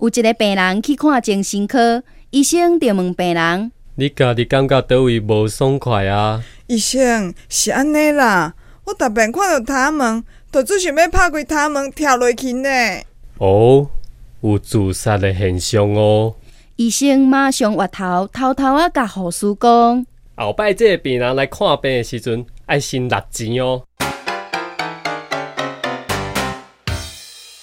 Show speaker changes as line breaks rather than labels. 有一个病人去看精神科，医生就问病人：
你家己感觉倒位无爽快啊？
医生是安尼啦，我逐遍看到他们，就只想要拍开他们跳落去呢。
哦，有自杀的现象哦。
医生马上歪头，偷偷啊甲护士讲：
后摆即个病人来看病的时阵，爱先六钱哦。